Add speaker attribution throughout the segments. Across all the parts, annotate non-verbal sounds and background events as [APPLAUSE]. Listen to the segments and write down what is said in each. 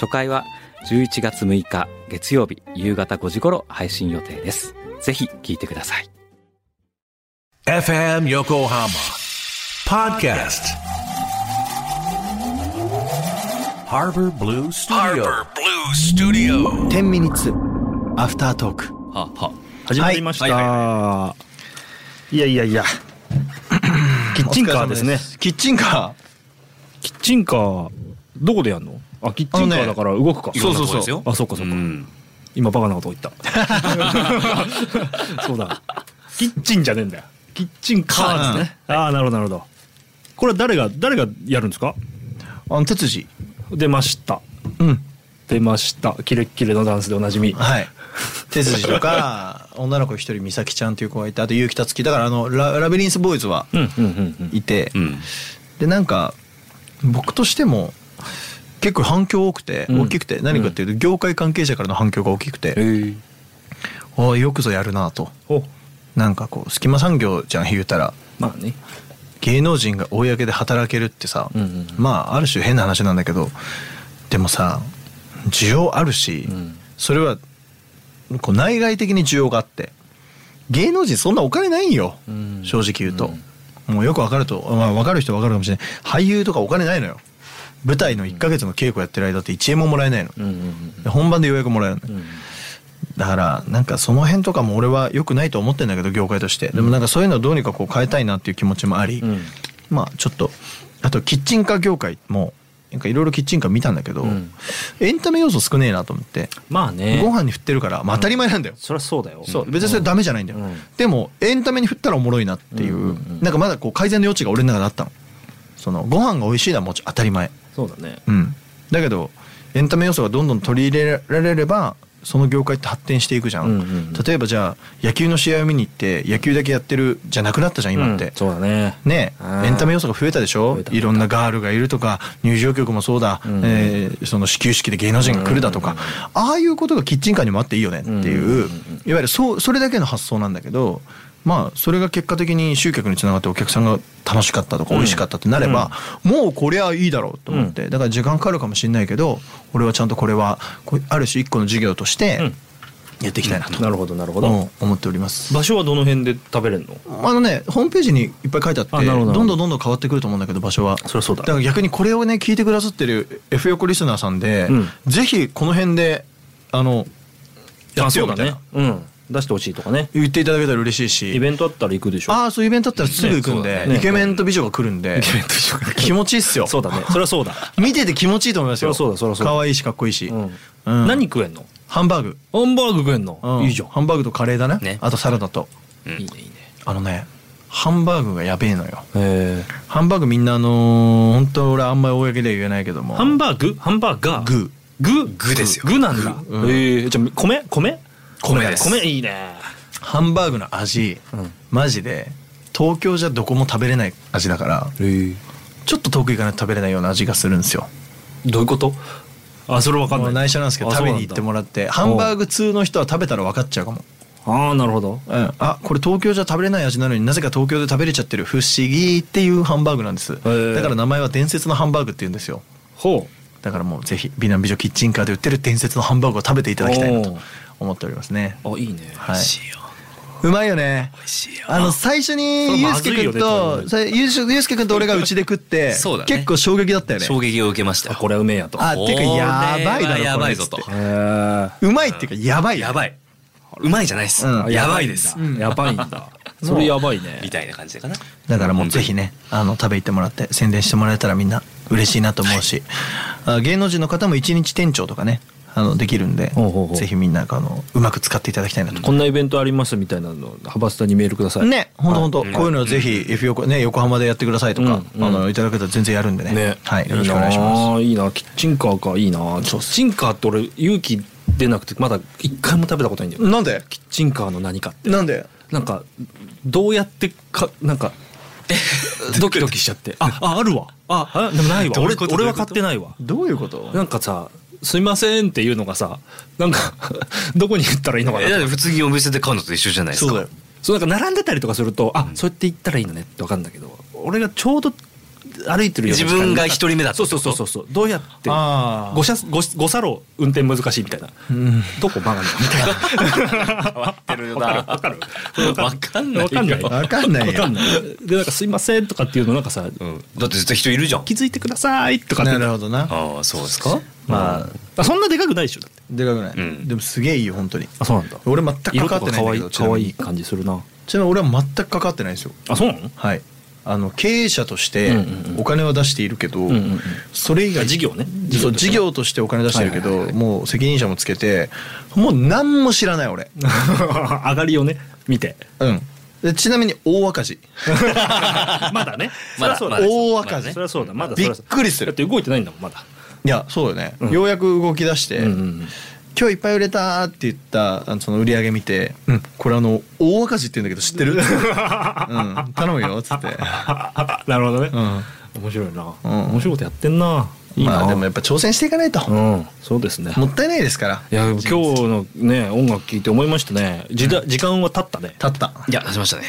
Speaker 1: 初回は11月6日月曜日夕方5時頃配信予定ですぜひ聞いてください
Speaker 2: FM Yokohama Podcast. Harbor Blue Studio.
Speaker 3: 10ミニッツアフタートーク
Speaker 4: はは始まりました、
Speaker 3: いやいやいやキッチンカーですねキッチンカ
Speaker 5: キッチンカーどこでやんのあキッチンカーだから動くか、
Speaker 4: そうそうそう
Speaker 5: あそっかそっか、
Speaker 4: ん
Speaker 5: 今バカなこと言った
Speaker 3: [LAUGHS]
Speaker 5: そうだキッチンじゃねえんだよキッチンカーですね、ああなるほどなるほどこれは誰が誰がやるんですか
Speaker 3: ーあの哲司
Speaker 5: 出ました
Speaker 3: うん
Speaker 5: 出ましたキレッキレのダンスでおなじみ
Speaker 3: はい哲司とか [LAUGHS] 女の子一人美咲ちゃんという子がいてあと結城たつきだからあのララビリンスボーイズは
Speaker 5: うんうんうんうん
Speaker 3: いて、
Speaker 4: ん
Speaker 3: でなんか僕としても結構反響多くて
Speaker 5: うん
Speaker 3: 大きくて、何かっていうと業界関係者からの反響が大きくて、
Speaker 5: え
Speaker 3: ああよくぞやるなと
Speaker 5: お
Speaker 3: なんかこう隙間産業じゃん言うたら
Speaker 5: まあね
Speaker 3: 芸能人が公で働けるってさ、
Speaker 5: うんうんうん
Speaker 3: まあある種変な話なんだけどでもさ需要あるし、
Speaker 5: ん
Speaker 3: それはこう内外的に需要があって芸能人そんなお金ないんよ、
Speaker 5: ん
Speaker 3: 正直言うと、もうよくわかると、まあ、わかる人はわかるかもしれない俳優とかお金ないのよ舞台の1ヶ月の稽古やってる間って1円ももらえないの、
Speaker 5: うんうんうん
Speaker 3: で本番でようやくもらえるの、だからなんかその辺とかも俺は良くないと思ってんだけど業界としてでもなんかそういうのをどうにかこう変えたいなっていう気持ちもあり、
Speaker 5: うん
Speaker 3: まあちょっとあとキッチンカー業界もなんかいろいろキッチンカー見たんだけど、
Speaker 5: ん
Speaker 3: エンタメ要素少ねえなと思って、
Speaker 5: まあね
Speaker 3: ご飯に振ってるから、まあ、当たり前なんだよ、
Speaker 5: そりゃそうだよ
Speaker 3: そう別にそれダメじゃないんだよ、
Speaker 5: うん
Speaker 3: でもエンタメに振ったらおもろいなっていう,、
Speaker 5: うんうんうん
Speaker 3: なんかまだこう改善の余地が俺の中であったのそのご飯が美味しいのはもちろん当たり前
Speaker 5: そうだね
Speaker 3: うん、だけどエンタメ要素がどんどん取り入れられればその業界って発展していくじゃん,、
Speaker 5: うんうんうん
Speaker 3: 例えばじゃあ野球の試合を見に行って野球だけやってるじゃなくなったじゃん今って、
Speaker 5: うんそうだね
Speaker 3: ね
Speaker 5: あー
Speaker 3: エンタメ要素が増えたでしょ
Speaker 5: 増えた
Speaker 3: いろんなガールがいるとか入場曲もそうだ、
Speaker 5: んうん
Speaker 3: えーその始球式で芸能人が来るだとか、ああいうことがキッチンカーにもあっていいよねっていう,、
Speaker 5: うんうんうんうん
Speaker 3: いわゆるそうそれだけの発想なんだけどまあそれが結果的に集客につながってお客さんが楽しかったとか美味しかったってなれば、もうこれはいいだろうと思って、だから時間かかるかもしれないけど俺はちゃんとこれはこうある種一個の事業としてやっていきたいなと、
Speaker 5: なるほどなるほど、
Speaker 3: うん思っております。
Speaker 5: 場所はどの辺で食べれるの
Speaker 3: あのね、ホームページにいっぱい書いてあって
Speaker 5: あなるほど
Speaker 3: どんどんどんどん変わってくると思うんだけど場所は
Speaker 5: そりゃそうだ
Speaker 3: から逆にこれをね聞いてくださってる F 横リスナーさんで、
Speaker 5: うん
Speaker 3: ぜひこの辺であのやっ
Speaker 5: あ
Speaker 3: て
Speaker 5: そ
Speaker 3: よ
Speaker 5: う
Speaker 3: みた
Speaker 5: だ
Speaker 3: い
Speaker 5: ね
Speaker 3: な、
Speaker 5: うん、出してほしいとかね
Speaker 3: 言っていただけたら嬉しい
Speaker 5: イ
Speaker 3: し
Speaker 5: ベントあったら行くでしょ
Speaker 3: ああそういうイベントだったらすぐ行くん
Speaker 4: ね
Speaker 3: で、
Speaker 5: そうだね
Speaker 3: イケメンと美女が来るんで気持ちいいっすよ
Speaker 5: [LAUGHS] そうだねそりゃそうだ、
Speaker 3: 見てて気持ちいいと思いますよ
Speaker 5: そりゃそうだそりゃそうだ
Speaker 3: 可愛いしかっこいいし、
Speaker 5: うん
Speaker 3: うん
Speaker 5: 何食えんの
Speaker 3: ハンバーグ、
Speaker 5: ハンバーグ食えんの、
Speaker 3: うん
Speaker 5: いいじゃん、
Speaker 3: ハンバーグとカレーだね
Speaker 4: ね
Speaker 3: あとサラダと
Speaker 5: いいねいいね
Speaker 3: あのねハンバーグがやべえのよ
Speaker 5: え
Speaker 3: ハンバーグみんなあのー本当俺あんまり公では言えないけども
Speaker 5: ハンバーグハンバーガー
Speaker 3: グ
Speaker 5: 具具ですよ具なんだ、
Speaker 3: うん
Speaker 5: えーじゃあ米米
Speaker 3: 米です
Speaker 5: 米いいね
Speaker 3: ハンバーグの味、
Speaker 5: ん
Speaker 3: マジで東京じゃどこも食べれない味だからちょっと遠く行かないと食べれないような味がするんですよ
Speaker 5: どういうことあそれわかん
Speaker 3: も
Speaker 5: な
Speaker 3: う
Speaker 5: い
Speaker 3: 内緒なんですけど
Speaker 5: あ
Speaker 3: 食べに行ってもらってハンバーグ通の人は食べたら分かっちゃうかも、
Speaker 5: そうなんだあーなるほど
Speaker 3: うん、あこれ東京じゃ食べれない味なのになぜか東京で食べれちゃってる不思議っていうハンバーグなんですだ
Speaker 5: ー
Speaker 3: から名前は伝説のハンバーグって言うんですよ
Speaker 5: ほ
Speaker 3: だからもうぜひ美男美女キッチンカーで売ってる伝説のハンバーグを食べていただきたいな
Speaker 5: お
Speaker 3: と
Speaker 5: ー
Speaker 3: 思っておりますね
Speaker 5: うあいいね
Speaker 3: はいうまいよねあの最初に
Speaker 5: それ
Speaker 3: ゆう
Speaker 5: ますず
Speaker 3: け
Speaker 5: いよ
Speaker 3: く
Speaker 5: ね
Speaker 3: んとそれゆうすゆうすけくんと俺がうちで食って
Speaker 5: [LAUGHS]
Speaker 4: そうだね
Speaker 3: 結構衝撃だったよね
Speaker 4: 衝撃を受けました
Speaker 5: あ
Speaker 4: よ
Speaker 5: これはうめえやと
Speaker 3: あてかやばいだ
Speaker 4: これは
Speaker 3: ろ
Speaker 4: やばいぞ
Speaker 3: ことれっつっ
Speaker 5: へえ
Speaker 3: てうまいっていうかやばい
Speaker 4: や
Speaker 3: い
Speaker 4: ばいうまいじゃないです、
Speaker 3: うん
Speaker 4: やばいです、
Speaker 5: うんやばいんだ。それやばいね
Speaker 4: み。たいな感じかな
Speaker 3: だからもうぜひねあの食べ行ってもらって宣伝してもらえたらみんな嬉しいなと思うし、あ芸能人の方も一日店長とかねあのできるんで
Speaker 5: ほうほうほう
Speaker 3: ぜひみんなあのうまく使っていただきたいなと。
Speaker 5: こんなイベントありますみたいなのハバスタにメールください
Speaker 3: ね、本当本当、こういうのはぜひ F 横ね横浜でやってくださいとか、
Speaker 5: うんうん
Speaker 3: あのいただけたら全然やるんでね。
Speaker 5: ね
Speaker 3: はい、よろしくお願いします。
Speaker 5: すいいないいなキッチンカーかいいなキッチンカーって俺勇気出なくてまだ一回も食べたことないんだよ
Speaker 3: なんで
Speaker 5: キッチンカーの何かって
Speaker 3: なんで
Speaker 5: なんかどうやってかなんかドキドキしちゃってあああるわああでもないわ
Speaker 4: どうい
Speaker 5: 俺
Speaker 4: うこと
Speaker 5: 俺
Speaker 4: どうい
Speaker 5: は
Speaker 4: うこと
Speaker 5: 買ってないわ
Speaker 3: どういうこと？
Speaker 5: なんかさ「すいません」っていうのがさなんか [LAUGHS] どこに言ったらいいのか
Speaker 4: いやだ
Speaker 5: な
Speaker 4: って普通にお店で買うのと一緒じゃないですか。
Speaker 3: そうだよ。
Speaker 5: そうなんか並んでたりとかするとあそうやって言ったらいいのねって分かるんだけど俺がちょうど歩いてるような時間
Speaker 4: 自分が一人目だった
Speaker 5: そうそうそうそうそうどうやって
Speaker 3: あー
Speaker 5: 五車五五車路運転難しいみたいな、どこ曲がるのみたいな
Speaker 4: ってるよな。わかる。わかんない。
Speaker 5: 分かんない
Speaker 3: わかんないよ
Speaker 5: わかんないでなんか「すいません」とかっていうのなんかさ
Speaker 4: うん。だって絶対人いるじゃん。
Speaker 5: 気づいてくださいとかって
Speaker 3: なるほどな。
Speaker 4: ああ、そうですか。
Speaker 5: まあそんなでかくないでしょだって
Speaker 3: でかくない。
Speaker 4: うん
Speaker 3: でもすげえいいよ本当に。
Speaker 5: あそうなんだ
Speaker 3: 俺全く
Speaker 5: 色
Speaker 3: 関わ
Speaker 5: と
Speaker 3: っ
Speaker 5: か
Speaker 3: てないんだ
Speaker 5: 可愛
Speaker 3: け
Speaker 5: い
Speaker 3: ど。
Speaker 5: 可愛
Speaker 3: ち
Speaker 5: い
Speaker 3: なみに
Speaker 5: 感じするな
Speaker 3: ちなみに俺は全く関わってないんですよ。
Speaker 5: あそうなの
Speaker 3: はい。あの経営者として
Speaker 5: うんうんうん
Speaker 3: お金は出しているけど、
Speaker 5: んうんうん
Speaker 3: それ以外
Speaker 5: あ事業ね
Speaker 3: そう事業としてお金出してるけど、
Speaker 5: はい
Speaker 3: もう責任者もつけてもう何も知らない俺
Speaker 5: [LAUGHS] 上がりをね見て
Speaker 3: うんでちなみに大赤字
Speaker 5: [LAUGHS] まだね
Speaker 4: まだ
Speaker 5: そりゃ
Speaker 4: ま
Speaker 5: そう
Speaker 4: だ
Speaker 3: 大赤字
Speaker 5: そりゃそうだまだ
Speaker 3: びっくりす
Speaker 5: そり
Speaker 3: る
Speaker 5: ゃそうだって動いてないんだもんまだ
Speaker 3: いやそうよね、ようやく動き出して、
Speaker 5: うんうん
Speaker 3: 今日いっぱい売れたって言ったあのその売り上げ見て、うん、これあの大赤字って言うんだけど知ってる、うん、頼むよっつって、
Speaker 5: [LAUGHS] なるほどね
Speaker 3: うん、
Speaker 5: 面白いな
Speaker 3: うん
Speaker 5: 面白いことやってんないい
Speaker 3: まあ
Speaker 5: な
Speaker 3: でもやっぱ挑戦していかないと、
Speaker 5: うんそうですね
Speaker 3: もったいないですから
Speaker 5: いや今日のね音楽聴いて思いましたね時代時間は経ったね
Speaker 3: 立った
Speaker 4: いや、出しましたね。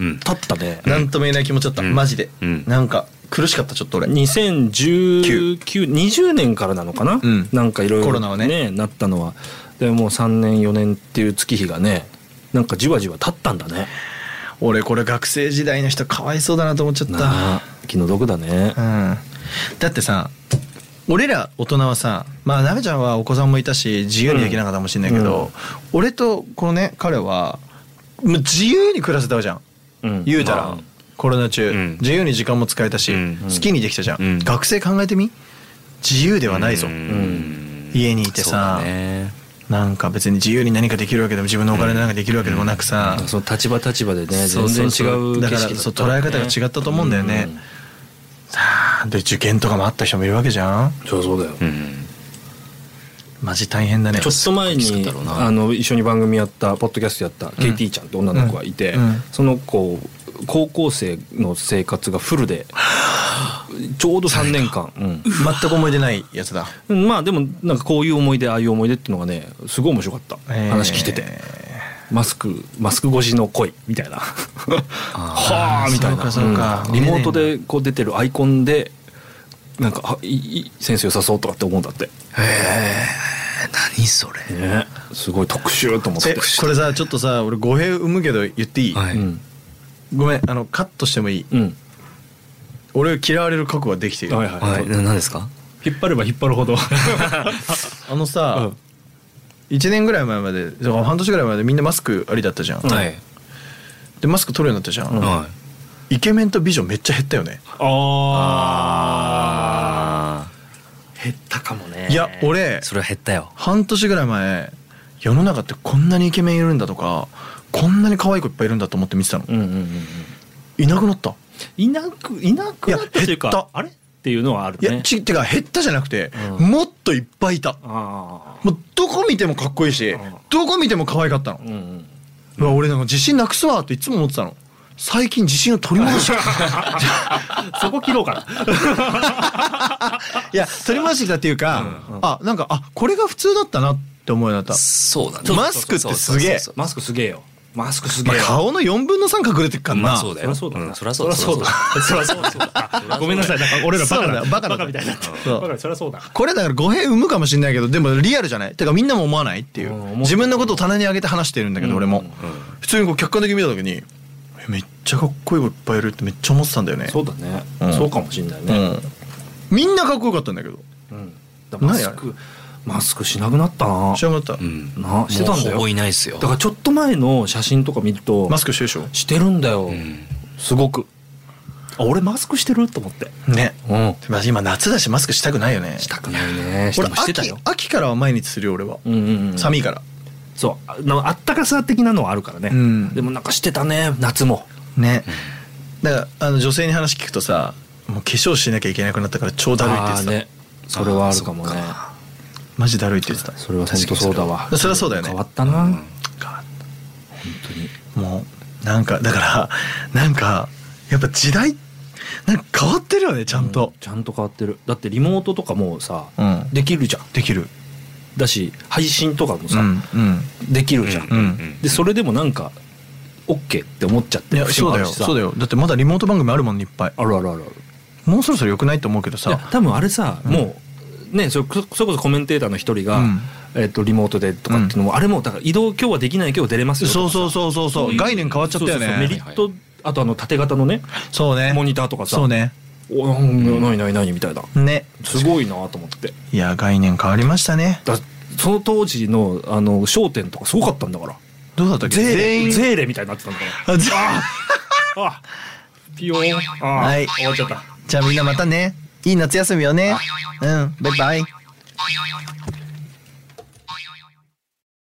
Speaker 4: うん。
Speaker 5: 経ったね
Speaker 3: なんとも言えない気持ちだった、
Speaker 4: うん
Speaker 3: マジで、
Speaker 4: うん
Speaker 3: なんか苦しかったちょっと俺
Speaker 5: 201920年からなのかな、
Speaker 3: うん
Speaker 5: なんかいろいろ
Speaker 3: コロナはね
Speaker 5: なったのはでもう3年4年っていう月日がねなんかじわじわ経ったんだね
Speaker 3: 俺これ学生時代の人かわいそうだなと思っちゃっ
Speaker 5: な
Speaker 3: た
Speaker 5: あ気の毒だね
Speaker 3: うんだってさ俺ら大人はさまあなべちゃんはお子さんもいたし自由にできなかったかもしれないけど、
Speaker 5: うん
Speaker 3: 俺とこのね彼はもう自由に暮らせたじゃん
Speaker 5: うん
Speaker 3: 言うたら、
Speaker 4: まあ
Speaker 3: コロナ中、
Speaker 4: うん
Speaker 3: 自由に時間も使えたし、
Speaker 4: うん
Speaker 3: 好きにできたじゃん、
Speaker 4: うん
Speaker 3: 学生考えてみ自由ではないぞ、
Speaker 4: うん
Speaker 3: 家にいてさ
Speaker 4: そうだね
Speaker 3: なんか別に自由に何かできるわけでも自分のお金で何かできるわけでもなくさ、
Speaker 5: その立場立場でね
Speaker 3: そ
Speaker 5: 全
Speaker 3: う
Speaker 5: 然違
Speaker 3: そううそうだ
Speaker 5: 景
Speaker 3: から
Speaker 5: 色だったね
Speaker 3: そう捉え方が違ったと思うんだよね、
Speaker 5: うん
Speaker 3: さあで受験とかもあった人もいるわけじゃん
Speaker 5: そうそうだよ、
Speaker 4: うん。
Speaker 3: マジ大変だね
Speaker 5: ちょっと前
Speaker 4: すごいきつ
Speaker 5: に
Speaker 4: かったろうな
Speaker 5: あの一緒に番組やったポッドキャストやった KT ちゃんって女の子がいて、
Speaker 3: うんうん
Speaker 5: その子高校生の生活がフルでちょうど3年間、うん
Speaker 3: [LAUGHS] 全く思い出ないやつだ
Speaker 5: まあでもなんかこういう思い出ああいう思い出っていうのがねすごい面白かった、
Speaker 3: えー
Speaker 5: 話聞いててマスクマスク越しの恋みたいな [LAUGHS] はあみたいな
Speaker 3: そうかそうか
Speaker 5: んリモートでこう出てるアイコンでなんかあいいいセンス良さそうとかって思うんだって、
Speaker 4: 何それ。
Speaker 5: ね、すごい特集と思っ
Speaker 3: え
Speaker 5: て、
Speaker 3: これさちょっとさ俺語弊生むけど言っていい、
Speaker 4: は
Speaker 5: う
Speaker 4: い。
Speaker 5: ん
Speaker 3: ごめんあのカットしてもいい、
Speaker 5: うん
Speaker 3: 俺を嫌われる覚悟はできている、
Speaker 5: はいはい、
Speaker 4: はい。な何ですか。
Speaker 5: 引っ張れば引っ張るほど
Speaker 3: あのさ、
Speaker 5: うん
Speaker 3: 一1年ぐらい前までそう半年ぐらいまでみんなマスクありだったじゃん、
Speaker 4: はい。
Speaker 3: でマスク取るようになったじゃん、
Speaker 4: は
Speaker 3: イケメンと美女めっちゃ減ったよね
Speaker 5: あー減ったかもね
Speaker 3: いや俺
Speaker 4: い。それは減ったよ。
Speaker 3: 半年ぐらい前世の中ってこんなにイケメンいるんだとかこんなに可愛い子いっぱいいるんだと思って見てたの
Speaker 5: うんうんうんうん
Speaker 3: いなくなった
Speaker 5: いなくいなくなった
Speaker 3: いや
Speaker 5: という
Speaker 3: 減っ
Speaker 5: か
Speaker 3: た
Speaker 5: あれっていうのはある
Speaker 3: いや、
Speaker 5: ね
Speaker 3: ちってか減ったじゃなくて、
Speaker 5: うん
Speaker 3: もっといっぱいいた
Speaker 5: あ
Speaker 3: もうどこ見てもかっこいいし、
Speaker 5: うん
Speaker 3: どこ見ても可愛かったの
Speaker 5: あ、うんうん、
Speaker 3: うわ俺なんか自信なくすわっていつも思ってたの最近自信を取り
Speaker 5: [LAUGHS]
Speaker 3: 戻してきた
Speaker 5: そこ切ろうか
Speaker 3: いや取り戻してきたっていうか、あなんかあこれが普通だったなって思いになった、
Speaker 4: そうだね。
Speaker 3: マスクってすげえ
Speaker 4: そうそうそうそう
Speaker 5: マスクすげえよマスクすげ
Speaker 3: ま
Speaker 5: え
Speaker 3: あ
Speaker 5: よ、
Speaker 3: 顔の4分の3隠れてっからな、
Speaker 4: まあそうだよ。
Speaker 5: そりゃそうだなん
Speaker 4: そりゃそうだ。
Speaker 5: そりゃそうだ
Speaker 4: そりゃそうだ。そりゃそうだ
Speaker 5: ごめんなさいなんか俺らバカ
Speaker 3: そう
Speaker 5: だ
Speaker 3: だよバカだ
Speaker 5: みたいになって
Speaker 3: そう
Speaker 5: バカだそりゃそうだ
Speaker 3: これだから語弊生むかもしれないけどでもリアルじゃないてかみんなも思わないっていう
Speaker 5: うん思う
Speaker 3: 自分のことを棚に上げて話してるんだけど俺も、普通にこう客観的に見た時にえめっちゃかっこいい子いっぱいいるってめっちゃ思ってたんだよね
Speaker 5: そうだね、
Speaker 3: うん
Speaker 5: そうかもしんないね、
Speaker 3: うん、みんなかっこよかったんだけど
Speaker 5: うんだからマスクマスクしなくなったな
Speaker 3: 知らなかった、
Speaker 4: うん。
Speaker 5: なしてた
Speaker 4: もう
Speaker 5: んだ
Speaker 4: ほ
Speaker 5: よ
Speaker 4: ぼいないですよ。
Speaker 5: だからちょっと前の写真とか見ると
Speaker 3: マスクしてるでしょ
Speaker 5: してるんだよ、
Speaker 4: うん
Speaker 5: すごくあ俺マスクしてると思って
Speaker 3: ね、
Speaker 5: うん
Speaker 3: まあ今夏だしマスクしたくないよね
Speaker 5: したくないね
Speaker 3: 俺
Speaker 5: もしてた
Speaker 3: 秋
Speaker 5: よ
Speaker 3: 秋からは毎日するよ俺は、
Speaker 5: うんうんうん
Speaker 3: 寒いから
Speaker 5: そうあのあったかさ的なのはあるからね、
Speaker 3: うん
Speaker 5: でもなんかしてたね夏も
Speaker 3: ねだからあの女性に話聞くとさもう化粧しなきゃいけなくなったから超だるいって言ってた、
Speaker 5: あーねそれはあるかもね
Speaker 3: マジだるいって言ってた
Speaker 5: それは本当そうだわ
Speaker 3: それはそうだよね
Speaker 5: 変わったな、
Speaker 3: もうなんかだから [LAUGHS] なんかやっぱ時代なんか変わってるよねちゃんと、
Speaker 5: ちゃんと変わってるだってリモートとかもうさ、
Speaker 3: うん
Speaker 5: できるじゃん
Speaker 3: できる
Speaker 5: だし配信とかもさ、
Speaker 3: うんうん
Speaker 5: できるじゃん、
Speaker 3: うん
Speaker 5: でそれでもなんか OK って思っちゃっ
Speaker 3: い
Speaker 5: て
Speaker 3: や
Speaker 5: る節も
Speaker 3: そう
Speaker 5: あ
Speaker 3: だ
Speaker 5: る
Speaker 3: よ
Speaker 5: しさ
Speaker 3: そうだよだってまだリモート番組あるもんねいっぱい
Speaker 5: あるあるあるある
Speaker 3: もうそろそろ良くないと思うけど
Speaker 5: いや
Speaker 3: さ
Speaker 5: 多分あれさ、もうねそれそれこそコメンテーターの一人が、
Speaker 3: うん
Speaker 5: えっとリモートでとかっていうのも、あれもだから移動今日はできないけど出れますよとか
Speaker 3: そう
Speaker 5: さ
Speaker 3: そうそうそうそう概念変わっちゃったよ
Speaker 5: そうそうそうメ
Speaker 3: ね
Speaker 5: リットあとあの縦型のね
Speaker 3: そうね
Speaker 5: モニターとかさ
Speaker 3: そうね
Speaker 5: おうん何何何みたいな
Speaker 3: ね
Speaker 5: すごいなと思って
Speaker 3: いや概念変わりましたね
Speaker 5: だその当時のあの商店とかすごかったんだから
Speaker 3: どうだったっけ全員
Speaker 5: ゼーレみたいになってたんだから
Speaker 3: あぜ [LAUGHS]
Speaker 5: あピヨーンあー
Speaker 3: はい
Speaker 5: 終わっちゃった
Speaker 3: じゃあみんなまたねいい夏休みをねうんバイバイ